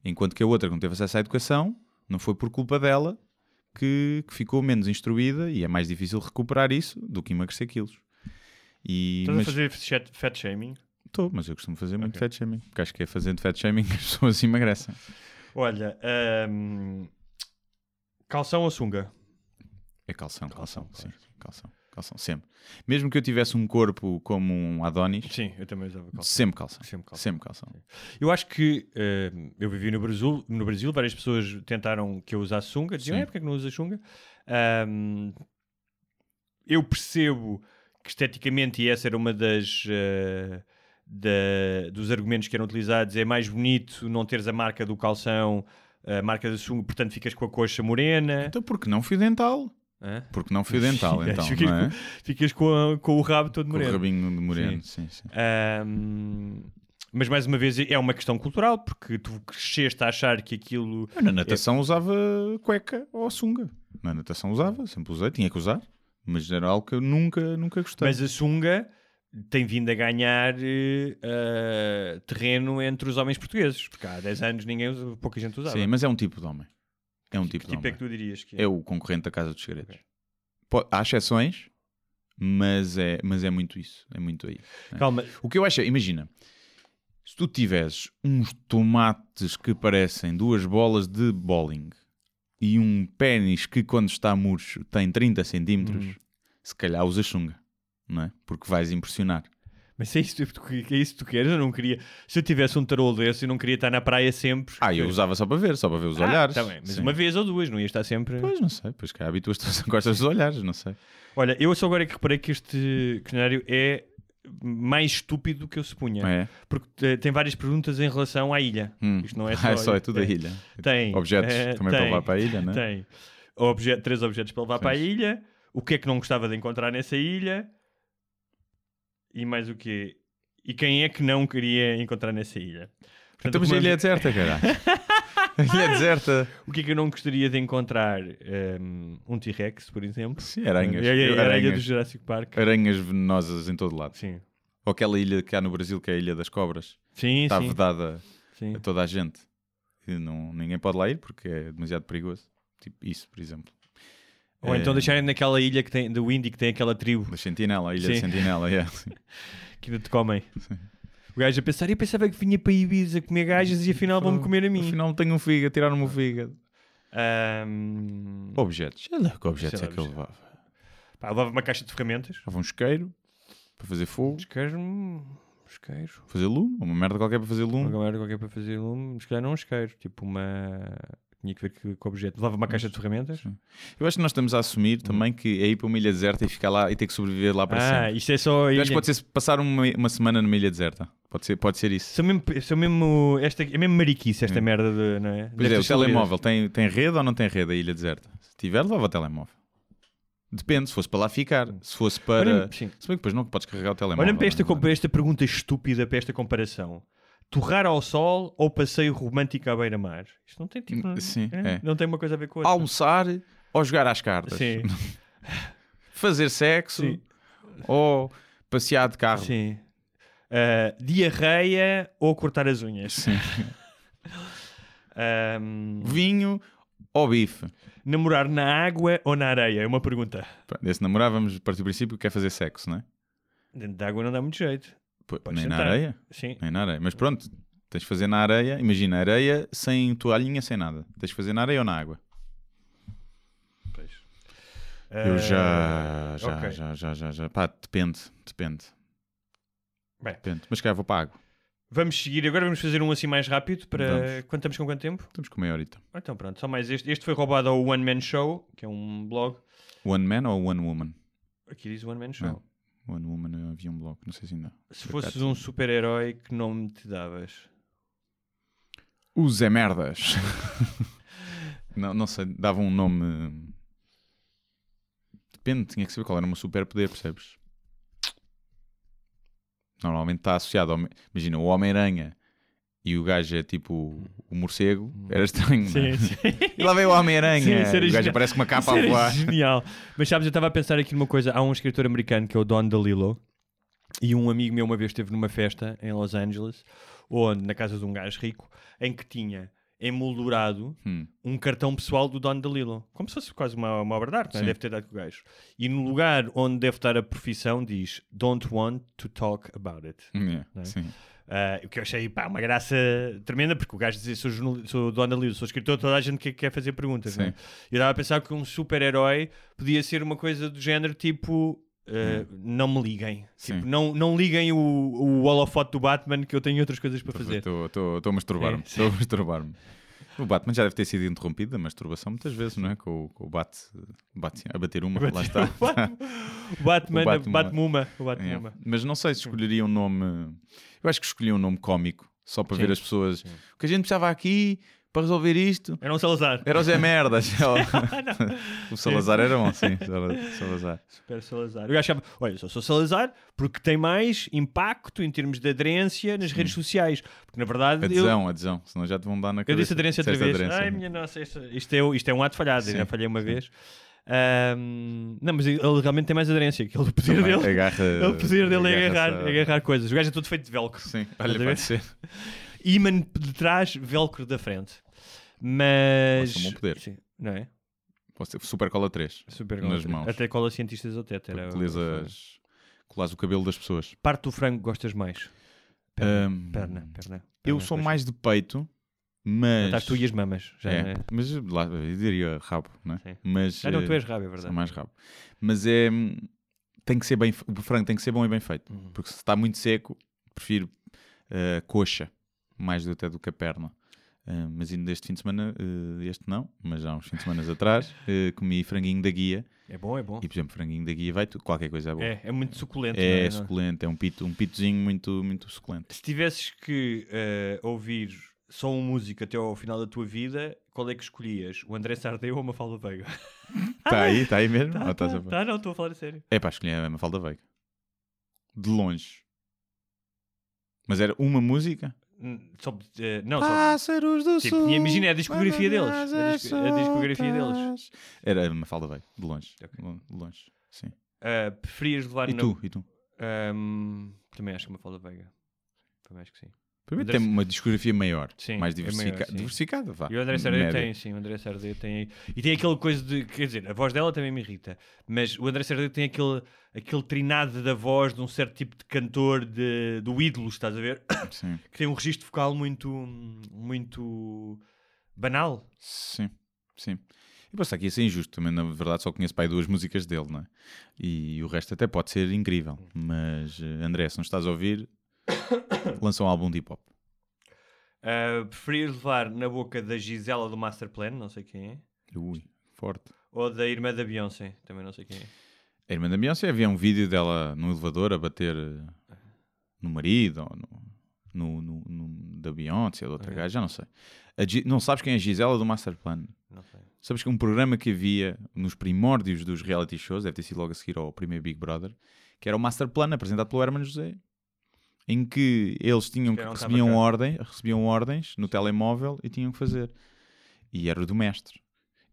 Enquanto que a outra que não teve acesso à educação, não foi por culpa dela que, que ficou menos instruída e é mais difícil recuperar isso do que emagrecer quilos. E, Estás mas, a fazer fat- fat shaming? Tô, mas eu costumo fazer muito fat shaming, porque acho que é fazendo fat shaming que as pessoas emagrecem. Olha, ahm, calção ou sunga? É calção, calção, sim. Calção, calção, sempre. Mesmo que eu tivesse um corpo como um Adonis, Sim, eu também usava calção. sempre calção. Sempre calção. Sempre calção. Eu acho que ahm, eu vivi no Brasil, no Brasil, várias pessoas tentaram que eu usasse sunga, diziam, Sim. é, porque é que não usas sunga? Ahm, eu percebo que esteticamente, e essa era uma das... ah, da- dos argumentos que eram utilizados, é mais bonito não teres a marca do calção, a marca da sunga, portanto ficas com a coxa morena. Então, porque não fio dental? Hã? Porque não fio dental, então, Ficas, não é? com, ficas com, a- com o rabo todo Com o moreno. rabinho de moreno, sim, sim. Ahm, mas mais uma vez é uma questão cultural, porque tu cresceste a achar que aquilo. Eu na natação usava cueca ou sunga. Na natação usava, sempre usei, tinha que usar. Mas era algo que eu nunca, nunca gostei. Mas a sunga tem vindo a ganhar eh, ah, terreno entre os homens portugueses, porque há 10 anos ninguém usa, pouca gente usava. sim, mas é um tipo de homem. É um que tipo de tipo é homem. que tu dirias que é? É o concorrente da Casa dos Segredos. Po- Há exceções, mas é, mas é muito isso. É muito aí. Calma, O que eu acho é, imagina, se tu tiveres uns tomates que parecem duas bolas de bowling e um pênis que quando está murcho tem 30 centímetros, Uhum. se calhar usa chunga, não é? Porque vais impressionar. mas é isso, que tu- é isso que tu queres? Eu não queria. Se eu tivesse um tarô desse, eu não queria estar na praia sempre. Ah, eu usava só para ver, só para ver os olhares. Tá bem, mas Sim. uma vez ou duas, não ia estar sempre. Pois, não sei, pois que habituas-te a gostas dos olhares, não sei. Olha, eu só agora é que reparei que este questionário é mais estúpido do que eu supunha. É. Porque te- tem várias perguntas em relação à ilha. Hum. Isto não é só. Ah, é só, é tudo a tem- ilha. Tem. Objetos também eh, tem, para levar para a ilha, não é? Tem. Obje- três objetos para levar para a ilha. O que é que não gostava de encontrar nessa ilha? E mais o quê? E quem é que não queria encontrar nessa ilha? Portanto, Então, mas a uma- ilha é deserta, caralho. a ilha é deserta. O que é que eu não gostaria de encontrar? Um, um T-Rex, por exemplo. Sim, aranhas. Era a ilha- era a ilha do aranhas. É. Jurassic Park. Aranhas venenosas em todo lado. Sim. Ou aquela ilha que há no Brasil, que é a Ilha das Cobras, Sim, está sim. vedada sim. a toda a gente. E não, ninguém pode lá ir porque é demasiado perigoso. Tipo isso, por exemplo. Ou É, então deixarem naquela ilha que tem, do Indy que tem aquela tribo Da Sentinela, a Ilha Sim. de Sentinela, é. sim. que ainda te comem. O gajo a pensar, eu pensava que vinha para Ibiza comer gajas e afinal vão-me comer a mim. Afinal, tenho um fígado, tiraram-me o fígado. Ahm, Objetos. Sei lá que objetos Sei é lá, que eu objeto. levava. pá, levava uma caixa de ferramentas. Um Levava um isqueiro para fazer fogo, Isqueiro, hum, isqueiro. fazer lume, uma merda qualquer para fazer Uma lume. galera qualquer para fazer um, se calhar não um isqueiro, tipo uma... Tinha que ver que, que objeto. Levava uma caixa de ferramentas. Eu acho que nós estamos a assumir também que é ir para uma ilha deserta e ficar lá e ter que sobreviver lá para Ah, sempre. isto é só a Eu ilha. acho que pode ser passar uma, uma semana numa ilha deserta. Pode ser, pode ser isso. São mesmo, são mesmo esta, é mesmo mariquice Hum. esta merda, de, não é? Pois é, o Destas salidas. telemóvel tem, tem rede ou não tem rede a ilha deserta? Se tiver, leva o telemóvel. Depende, se fosse para lá ficar, se fosse para. Olha-me- sim. Se bem que depois não podes carregar o telemóvel. Olhem para esta, não é? para esta pergunta estúpida, para esta comparação. Torrar ao sol ou passeio romântico à beira-mar? Isto não tem tipo. não- Sim, é? é. Não tem uma coisa a ver com a outra. Almoçar ou jogar às cartas. Sim, Fazer sexo Sim. ou passear de carro. sim. Ah, diarreia ou cortar as unhas? Sim. Ahm, Vinho ou bife. namorar na água ou na areia? É uma pergunta. Pronto, Esse namorar, vamos partir do princípio que quer fazer sexo, não é? Dentro da água não dá muito jeito. Pô, Podes nem na tentar. areia? Sim. Nem na areia. Mas pronto, tens de fazer na areia. Imagina, areia sem toalhinha, sem nada. Tens de fazer na areia ou na água? Eu Ah, já, já, ok. já, já, já, já. Pá, depende, depende. Bem. Depende. Mas cá vou pago. Vamos seguir agora, vamos fazer um assim mais rápido para. Vamos. Quanto estamos com quanto tempo? Estamos com meia horita. Ah, Então pronto, só mais este. Este foi roubado ao One Man Show, que é um blog. One man ou one woman? Aqui diz One Man Show. Não. One woman havia um bloco, não sei se ainda. Se Por fosses acaso. um super-herói, que nome te davas? O Zé Merdas. não, não sei, dava um nome. Depende, tinha que saber qual era o meu superpoder, percebes? Normalmente está associado ao. Imagina, o Homem-Aranha e o gajo é tipo o morcego, era Hum. estranho. não é? E lá veio o Sim, Homem-Aranha. isso era O gajo genial. aparece com uma Isso capa a era voar. genial. Mas sabes, eu estava a pensar aqui numa coisa. Há um escritor americano que é o Don DeLillo e um amigo meu uma vez esteve numa festa em Los Angeles, onde, na casa de um gajo rico, em que tinha emoldurado Hum. um cartão pessoal do Don DeLillo. Como se fosse quase uma, uma obra de arte, não é? Sim. deve ter dado com o gajo. E no lugar onde deve estar a profissão diz Don't want to talk about it. Yeah, Não é? sim. Ah, o que eu achei pá, uma graça tremenda, porque o gajo dizia: sou, jornal... sou Dona Lilo, sou escritor, toda a gente que quer fazer perguntas. Sim. não é? E eu estava a pensar que um super-herói podia ser uma coisa do género tipo. ah, Não me liguem, Hum. Sim. Tipo, não, não liguem o, o holofote do Batman que eu tenho outras coisas para fazer. Estou a masturbar-me. É, Sim, Estou a masturbar-me. O Batman já deve ter sido interrompido da masturbação muitas vezes, não é? Com, o- com o Bat, Bat a bater uma, lá está. O Bat- o Batman, O Batman. Batmuma, o Batmuma. É, Mas não sei se escolheria um nome. Eu acho que escolhi um nome cómico, só para Sim. ver as pessoas. O que a gente precisava aqui para resolver isto Era um Salazar, era o Zé Merdas. o Salazar era bom, sim. Sala- Salazar. super Salazar. Eu achava, olha, eu só sou Salazar porque tem mais impacto em termos de aderência nas redes sociais, porque na verdade eu, Adesão, adesão. Senão já te vão dar na Eu cabeça. disse aderência outra Disseste né? vez. Ai, minha nossa, isto, isto é, isto é um ato falhado. Sim, Eu já falhei uma vez. Ahm, não, mas ele realmente tem mais aderência. Que ele, o poder Também dele, agarra- ele, o poder dele é agarra-se agarrar, a- agarrar coisas. O gajo é todo feito de velcro. Sim, Estás a olha, ver? pode ser. Ímã de trás, velcro da frente. Mas. Nossa, um bom poder. Sim, não é? Pode ser. Super Cola 3. Super Nas gosto. mãos. Até cola cientistas ao teto. Era Colhes as- colás o cabelo das pessoas. Parte do frango que gostas mais? Ahm, Perna, perna. perna, Eu sou coxa. mais de peito, mas. Estás tu e as mamas. Já, é, né? Mas lá, eu diria rabo, não é? Sim. Mas, Ah, não, tu eh, és rabo, é verdade. sou mais rabo. Mas é. hum, Tem que ser bem. fe- O frango tem que ser bom e bem feito. Uhum. Porque se está muito seco, prefiro eh, coxa, mais do, até do que a perna. Eh, mas ainda este fim de semana, eh, este não, mas há uns fins de semana atrás, eh, comi franguinho da guia. É bom, é bom. E, por exemplo, franguinho da guia vai tu, qualquer coisa é boa. É, é muito suculento. É não é? Não- suculento, é um, pito, um pitozinho muito, muito suculento. Se tivesses que eh, ouvir só um músico até ao final da tua vida, qual é que escolhias? O André Sardeu ou a Mafalda Veiga? Está aí, está aí mesmo? Ou Ah, Tá, Ah, estás tá, a- tá, não, estou a falar a sério. É pá, escolhi a Mafalda Veiga. De longe. Mas era uma música? Hum, Só, eh, não, só... Pássaros do Tipo, Sul. imagina, é a discografia deles, a disco- é a discografia deles. soltas. Era a Mafalda Veiga, de longe. Ok. De longe, sim. eh, preferias levar E na- tu? E tu? Ahm, também acho que a Mafalda Veiga. Também acho que sim. Primeiro André- tem uma discografia maior, Sim, mais é maior, diversifica... sim. diversificada, vá. E o André Sardeu média. tem, sim, o André Sardeu tem. E tem aquela coisa de. Quer dizer, a voz dela também me irrita, mas o André Sardeu tem aquele, aquele trinado da voz de um certo tipo de cantor de, do ídolo, estás a ver? Sim, que tem um registro vocal muito muito banal. sim, sim. E posso aqui a ser injusto, também na verdade só conheço pai duas músicas dele, não é? E o resto até pode ser incrível. Mas eh, André, se não estás a ouvir, lança um álbum de hip hop. Uh, preferir levar na boca da Gisela do Masterplan, não sei quem é, Ui, forte. ou da irmã da Beyoncé, também não sei quem é. A irmã da Beyoncé havia um vídeo dela no elevador a bater eh, no marido ou no, no- no- no- da Beyoncé ou da outra gaja, já não sei. A Gi- não sabes quem é a Gisela do Masterplan? Não sei. Sabes que um programa que havia nos primórdios dos reality shows, deve ter sido logo a seguir ao primeiro Big Brother, que era o Masterplan apresentado pelo Herman José, em que eles tinham Que que não estava recebiam, cá. ordem, recebiam ordens no telemóvel e tinham que fazer. E era o do mestre.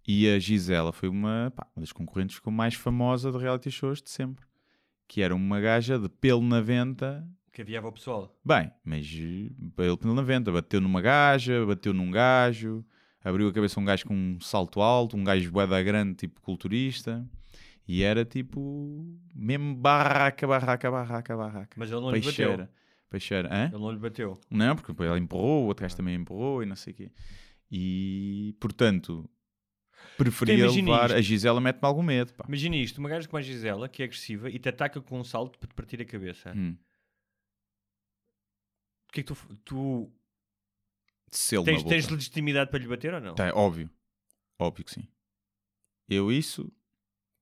E a Gisela foi uma, pá, uma das concorrentes com mais famosa de reality shows de sempre. Que era uma gaja de pelo na venta Que aviava o pessoal. Bem, mas eh, ele pneu na venda, bateu numa gaja, bateu num gajo, abriu a cabeça a um gajo com um salto alto, um gajo boeda grande, tipo culturista, e era tipo mesmo barraca, barraca, barraca, barraca. Mas ele não lhe peixeira, bateu. peixeira, hã? Ele não lhe bateu. Não, porque depois ela empurrou, o outro gajo também empurrou e não sei o quê. E portanto, preferia Porque imagina levar. isto. A Gisela mete-me algum medo. Pá. Imagina isto, uma gaja como a Gisela, que é agressiva e te ataca com um salto para te partir a cabeça. Hum. O que é que tu, f- tu Selo na tens, boca. tens legitimidade para lhe bater ou não? Tá, óbvio. Óbvio que sim. Eu isso...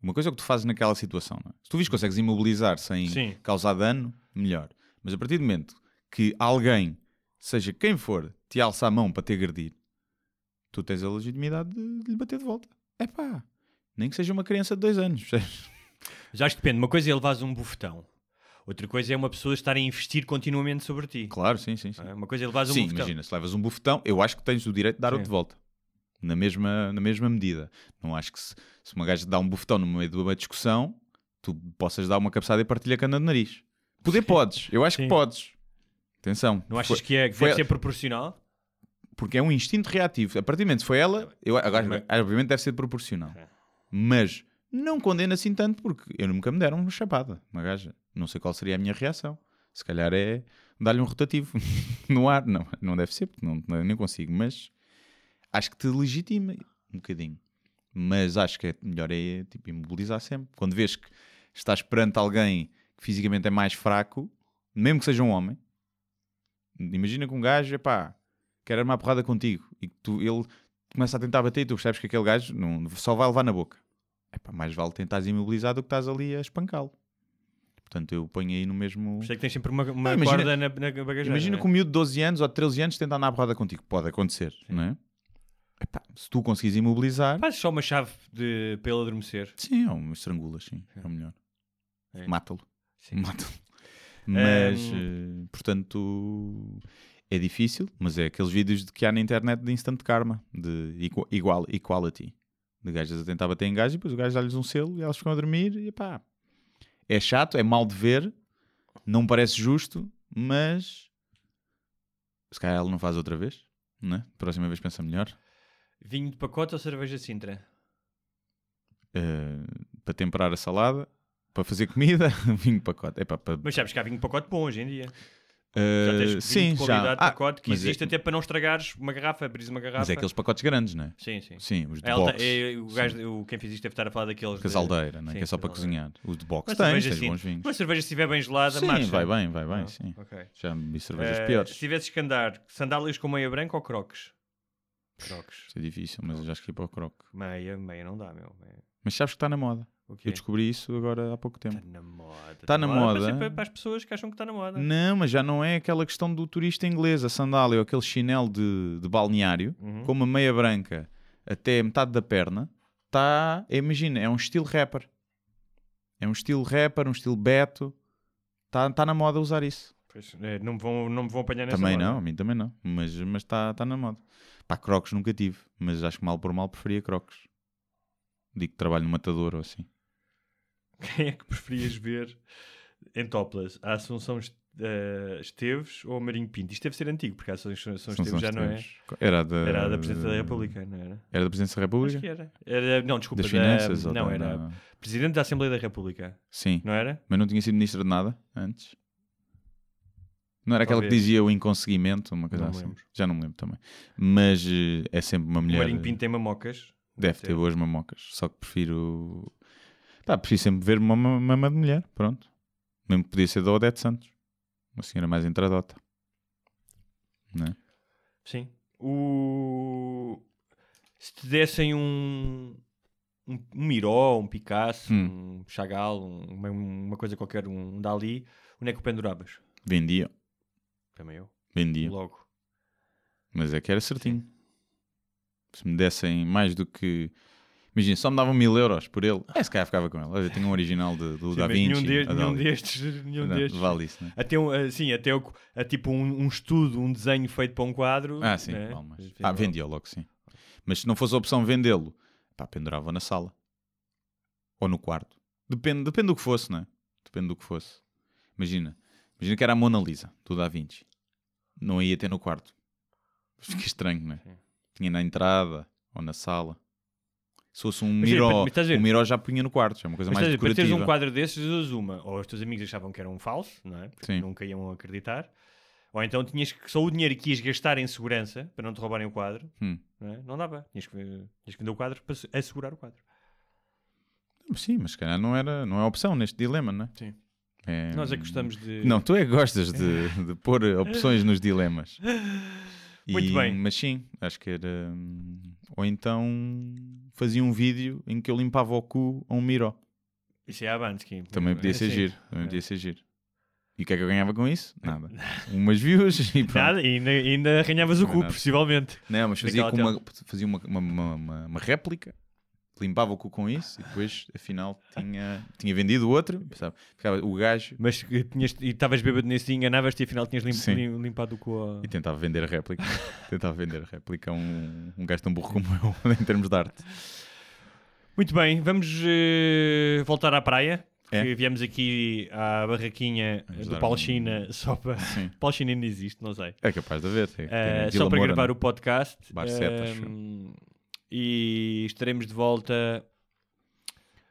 Uma coisa é o que tu fazes naquela situação, não é? Se tu vis que consegues imobilizar sem Sim. causar dano, melhor. Mas a partir do momento que alguém, seja quem for, te alça a mão para te agredir, tu tens a legitimidade de, de lhe bater de volta. É pá, nem que seja uma criança de dois anos, percebes? Já acho que depende. Uma coisa é levares um bufetão. Outra coisa é uma pessoa estar a investir continuamente sobre ti. Claro, sim, sim, sim. Não é? Uma coisa é levares um Sim, bufetão. imagina, se levas um bufetão, eu acho que tens o direito de dar-o Sim. de volta. Na mesma, na mesma medida. Não acho que se, se uma gaja te dá um bufetão no meio de uma discussão, tu possas dar uma cabeçada e partilha a cana de nariz. Poder podes, eu acho Sim. que podes. Atenção. Não achas Foi- que é que foi deve a- ser proporcional? Porque é um instinto reativo. A partir do momento que foi ela, eu, agora, ah, obviamente deve ser proporcional. Mas não condena assim tanto, porque eu nunca me deram uma chapada, uma gaja. Não sei qual seria a minha reação. Se calhar é dar-lhe um rotativo no ar. Não, não deve ser, porque não, não- nem consigo. Mas acho que te legitima um bocadinho. Mas acho que é melhor é tipo, imobilizar sempre. Quando vês que estás perante alguém que fisicamente é mais fraco, mesmo que seja um homem, imagina que um gajo, epá, quer armar porrada contigo e que tu, ele começa a tentar bater e tu percebes que aquele gajo não, só vai levar na boca. Epá, mais vale tentares imobilizar do que estás ali a espancá-lo. Portanto, eu ponho aí no mesmo. Por isso é que tens sempre uma, uma Ah, imagina- corda na, na bagageira. Imagina não é? que um miúdo de 12 anos ou de 13 anos tenta andar à porrada contigo. Pode acontecer, não é? Epá, se tu conseguires imobilizar, Fazes É só uma chave de, para ele adormecer. sim, é um estrangula, sim. É o melhor. É. Mata-lo. Sim. Mata-lo. Mas, eh, portanto, é difícil, mas é aqueles vídeos de que há na internet de instant karma, de equa- igual, equality. De gajas a tentar bater em gajo e depois o gajo dá-lhes um selo e elas ficam a dormir e pá. É chato, é mal de ver, não parece justo, mas se calhar ela não faz outra vez, né? Próxima vez pensa melhor. Vinho de pacote ou cerveja Sintra? Eh, para temperar a salada, para fazer comida, vinho de pacote. É pá, para, Mas sabes que há vinho de pacote bom hoje em dia. Já Eh, tens vinho de qualidade de Ah, pacote que mas é- existe até para não estragares uma garrafa, abris uma garrafa. Mas é aqueles pacotes grandes, não é? Sim, sim. Sim, os de Ela tá- box. é, o Sim. gajo, o- quem fez isto deve estar a falar daqueles. Casaldeira, não é? Sim, que é só para casaldeira. cozinhar. Os de box Mas tens, cerveja, tens bons sim. vinhos. Uma cerveja se estiver bem gelada, Sim, marcha. vai bem, vai bem, Ah, sim. ok. Já me vi cervejas Eh, piores. Se tivesses que andar, sandálias com meia branca ou crocs? Crocs. Isso é difícil, mas eu já escolhi para o croque. Meia, meia não dá, meu. Meia. Mas sabes que está na moda. O quê? Eu descobri isso agora há pouco Está tempo. na moda. Tá na Mas moda. é para, para as pessoas que acham que está na moda. Não, mas já não é aquela questão do turista inglês, a sandália ou aquele chinelo de, de balneário, Uhum. com uma meia branca até metade da perna. Tá, imagina, é um estilo rapper. É um estilo rapper, um estilo beto. Está tá na moda usar isso. Pois, eh, não, me vão, não me vão apanhar Tá nessa Também moda. não, a mim também não. Mas está mas tá tá na moda. Pá, Crocs nunca tive, mas acho que mal por mal preferia Crocs. Digo que trabalho no matador ou assim. Quem é que preferias ver em Topless? A Assunção Est- eh, Esteves ou a Marinho Pinto? Isto deve ser antigo, porque a Assunção Esteves São- são já não é. extremos. Era da, Era a da Presidente da República, não era? Era da Presidência da Acho que eh, República? era. Era- Não, desculpa. Das da- Finanças? ou não, da- era da- Presidente da Assembleia da República, Sim, não era? mas não tinha sido ministra de nada antes. Não era aquela que Talvez. dizia o inconseguimento, uma coisa Não me assim. lembro. Já não me lembro também. Mas eh, é sempre uma O mulher. Marinho Pinto tem mamocas. Deve ter boas mamocas. Só que prefiro. Pá, prefiro sempre ver uma ma- mama de mulher. Pronto. Mesmo que podia ser da Odete Santos. Uma senhora mais entradota. Não é? Sim. O... Se te dessem um, um, um Miró, um Picasso, Hum. um Chagall, um- uma, uma coisa qualquer, um Dali, onde é que o penduravas? Vendia. Também eu. Vendia. Logo. Mas é que era certinho. Se me dessem mais do que. Imagina, só me davam mil euros por ele. É, se calhar ficava com ele. Olha, eu tenho um original de, do Sim, Da mas Vinci. nenhum, de- a nenhum Dali. destes. Nenhum Não, destes. Vale isso, né? Até um, assim, até o, a, tipo um, um estudo, um desenho feito para um quadro. Ah, sim, né? vale mais. Sim, Ah, vale. vendia logo, sim. Mas se não fosse a opção vendê-lo, pá, pendurava na sala. Ou no quarto. Depende, depende do que fosse, não é? Depende do que fosse. Imagina. Imagina que era a Mona Lisa, do Da Vinci. Não a ia ter no quarto. Fica estranho, não é? Tinha na entrada ou na sala. Se fosse um sim, Miró, mas estás a ver- o Miró já punha no quarto. Já é uma coisa Mas, mais estás a ver, para teres decorativa. um quadro desses, usas uma. Ou os teus amigos achavam que era um falso, não um é? Porque Sim. nunca iam acreditar. Ou então tinhas que só o dinheiro que ias gastar em segurança para não te roubarem o quadro, Hum. não, é? não dava. Tinhas que, tinhas que vender o quadro para se- assegurar o quadro. Sim, mas se calhar não, era, não é opção neste dilema, não é? Sim. É- Nós é que gostamos de. Não, tu é que gostas de, de pôr opções nos dilemas. Muito E- bem. Mas sim, acho que era. hum, Ou então fazia um vídeo em que eu limpava o cu a um miró. Isso é Assim. a Bansky. Também podia ser Sim. É. giro. Também podia ser giro. E o que é que eu ganhava com isso? Nada. Umas views e pronto. Nada, e ainda, ainda arranhavas o Não é cu, nada. possivelmente. Não, mas fazia, Naquela com uma, fazia uma, uma, uma- uma- uma réplica, limpava o cu com isso e depois, afinal, tinha, tinha vendido o outro. sabe? Ficava o gajo Mas que tinhas, e estavas bêbado nesse dia, enganavas-te e afinal tinhas lim- Sim. lim- limpado o cu. ao- E tentava vender a réplica. tentava vender a réplica a um, um gajo tão burro como eu, em termos de arte. Muito bem, vamos eh, voltar à praia. É. Que viemos aqui à barraquinha Vamos do dar um Palchina só para. Sim. Palchina ainda existe, não sei. É capaz de haver. É, Eh, é só para Moura, gravar não o podcast. Barceta, Ehm, acho e estaremos de volta.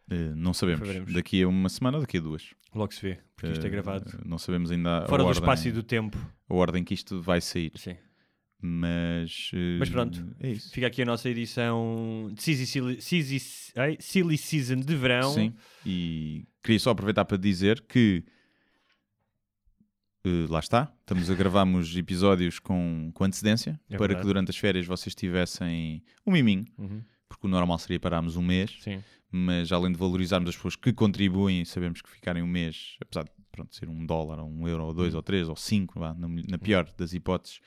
é? Eh, não sabemos. Veremos. Daqui a uma semana ou daqui a duas. Logo se vê, porque isto é Eh, gravado. Não sabemos ainda a Fora do ordem, espaço e do tempo. a ordem que isto vai sair. Sim. Mas, eh, Mas pronto, É isso. fica aqui a nossa edição de Silly, Silly- Silly- ai, Silly Season de verão. Sim. E queria só aproveitar para dizer que. eh, lá está, estamos a gravarmos episódios com, com antecedência É para verdade. que durante as férias vocês tivessem um miminho, Uhum, porque o normal seria pararmos um mês, sim. mas além de valorizarmos as pessoas que contribuem, sabemos que ficarem um mês, apesar de pronto, ser um dólar, ou um euro, ou Hum. dois, ou três, ou cinco, vá, na, na pior das hipóteses,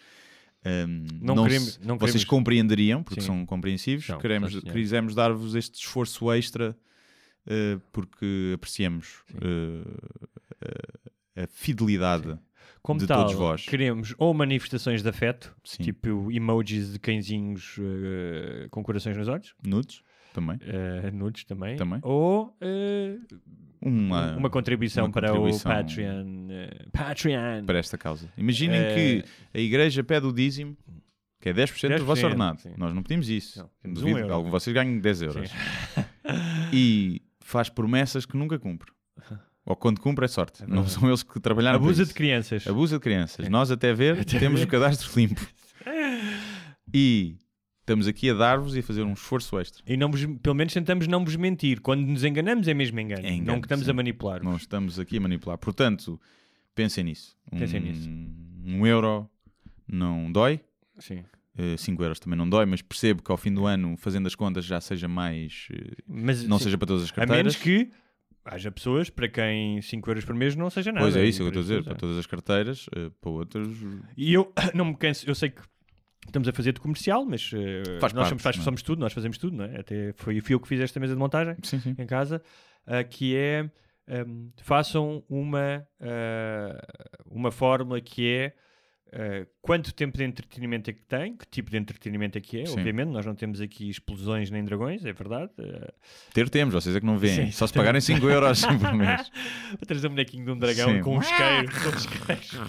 hum, Não se- queremos- não vocês queremos- compreenderiam, porque Sim. são compreensivos, São, queremos, são, senhora. quisemos dar-vos este esforço extra uh, porque apreciamos uh, uh, a fidelidade. Como de tal, todos vós. queremos ou manifestações de afeto, Sim. tipo emojis de cãezinhos eh, com corações nos olhos, Nudes também. eh, nudes também, Também. ou eh, Uma, uma contribuição uma para contribuição- o Patreon. eh, Patreon! para esta causa. Imaginem Eh, que a igreja pede o dízimo, que é 10%, do vosso 10%, ordenado. sim. Nós não pedimos isso. Não, temos um Duvido que euro. algum de vocês ganhem 10 euros. Sim. e faz promessas que nunca cumpre. Ou quando cumpre é sorte. não verdade. são eles que trabalharam para Abusa isso. de crianças. É. Abusa de crianças. Nós até ver temos o cadastro limpo. E estamos aqui a dar-vos e a fazer um esforço extra. E não vos, pelo menos tentamos não vos mentir. Quando nos enganamos é mesmo engano. É engano, não que estamos sim. a manipular. Não estamos aqui a manipular. Portanto, pensem nisso. Pensem um, nisso. Um euro não dói. Sim. 5 Eh, euros também não dói, mas percebo que ao fim do ano, fazendo as contas, já seja mais. eh, Mas, não sim, seja para todas as a carteiras. menos que haja pessoas para quem 5 euros por mês não seja nada. Pois é, isso que eu estou Para a dizer. Para pessoas, todas as carteiras, eh, para outras. eh, é. E eu não me canso. Eu sei que estamos a fazer de comercial, mas eh, Faz nós parte, somos, faz- não é? somos tudo, nós fazemos tudo, não é? Até foi, fui eu que fiz esta mesa de montagem Sim, sim. em casa, ah, que é hum, façam uma, ah, uma fórmula que é ah, quanto tempo de entretenimento é que tem, que tipo de entretenimento é que é, Sim. obviamente, nós não temos aqui explosões nem dragões, é verdade. ah, Ter temos, vocês é que não veem. Sim, Só se pagarem 5 euros por mês. Vou trazer um bonequinho de um dragão Sim. com um isqueiro. com um isqueiro.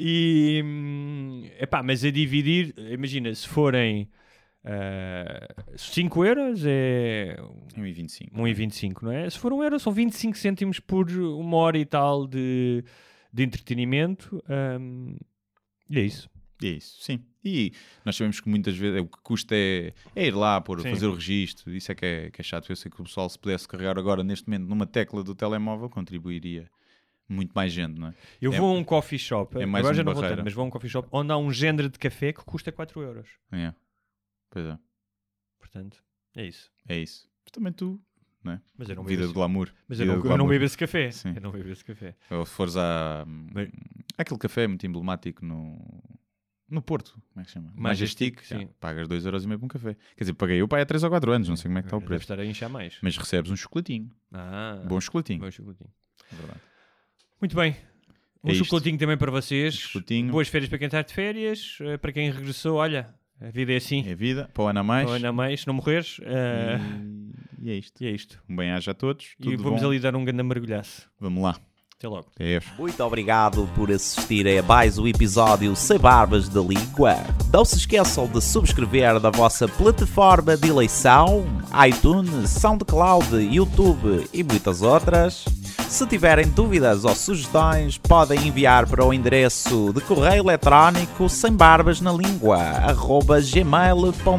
E. hum, Epá, mas a dividir, imagina, se forem 5 euros é 1,25. 1,25, não é? Se for 1 euro, são 25 cêntimos por uma hora e tal de, de entretenimento. hum, e é isso. É isso, sim. E nós sabemos que muitas vezes é, o que custa é, é ir lá, pôr, Sim. fazer o registro. Isso é que, é que é chato. Eu sei que o pessoal, se pudesse carregar agora, neste momento, numa tecla do telemóvel, contribuiria muito mais gente, não é? Eu É- vou a um coffee shop, é mais agora uma já não vou barreira. tanto, mas vou a um coffee shop onde há um género de café que custa 4 euros. É. Pois é, Portanto, é isso. é isso. Mas também tu, Mas eu não bebo vida de esse, glamour. mas eu vida não, de eu não glamour. bebo esse café. Sim. Eu não bebo esse café. Ou se fores a. Mas- Aquele café muito emblemático no. No Porto, como é que se chama? Majestic, já, sim. pagas 2,5€ por um café. Quer dizer, paguei eu pai há 3 ou 4 anos, não sei como é que está o Deve preço. estar a inchar mais. Mas recebes um chocolatinho. Ah, Bom chocolatinho. bom chocolatinho. é verdade. Muito bem. Um É isto. Um chocolatinho também para vocês. Chocolatinho. Boas férias para quem está de férias. eh, Para quem regressou, olha, a vida é assim. É a vida. Para o ano a mais. Ou ainda mais, se não morreres. eh, E, e é isto. E é isto. Um bem-aja a todos. Tudo e vamos bom. ali dar um grande mergulhaço. Vamos lá. Até logo. É. Muito obrigado por assistir a mais um episódio Sem Barbas da Língua. Não se esqueçam de subscrever na vossa plataforma de eleição, iTunes, SoundCloud, YouTube e muitas outras. Se tiverem dúvidas ou sugestões, podem enviar para o endereço de correio eletrónico sem barbas na língua, arroba gmail.com.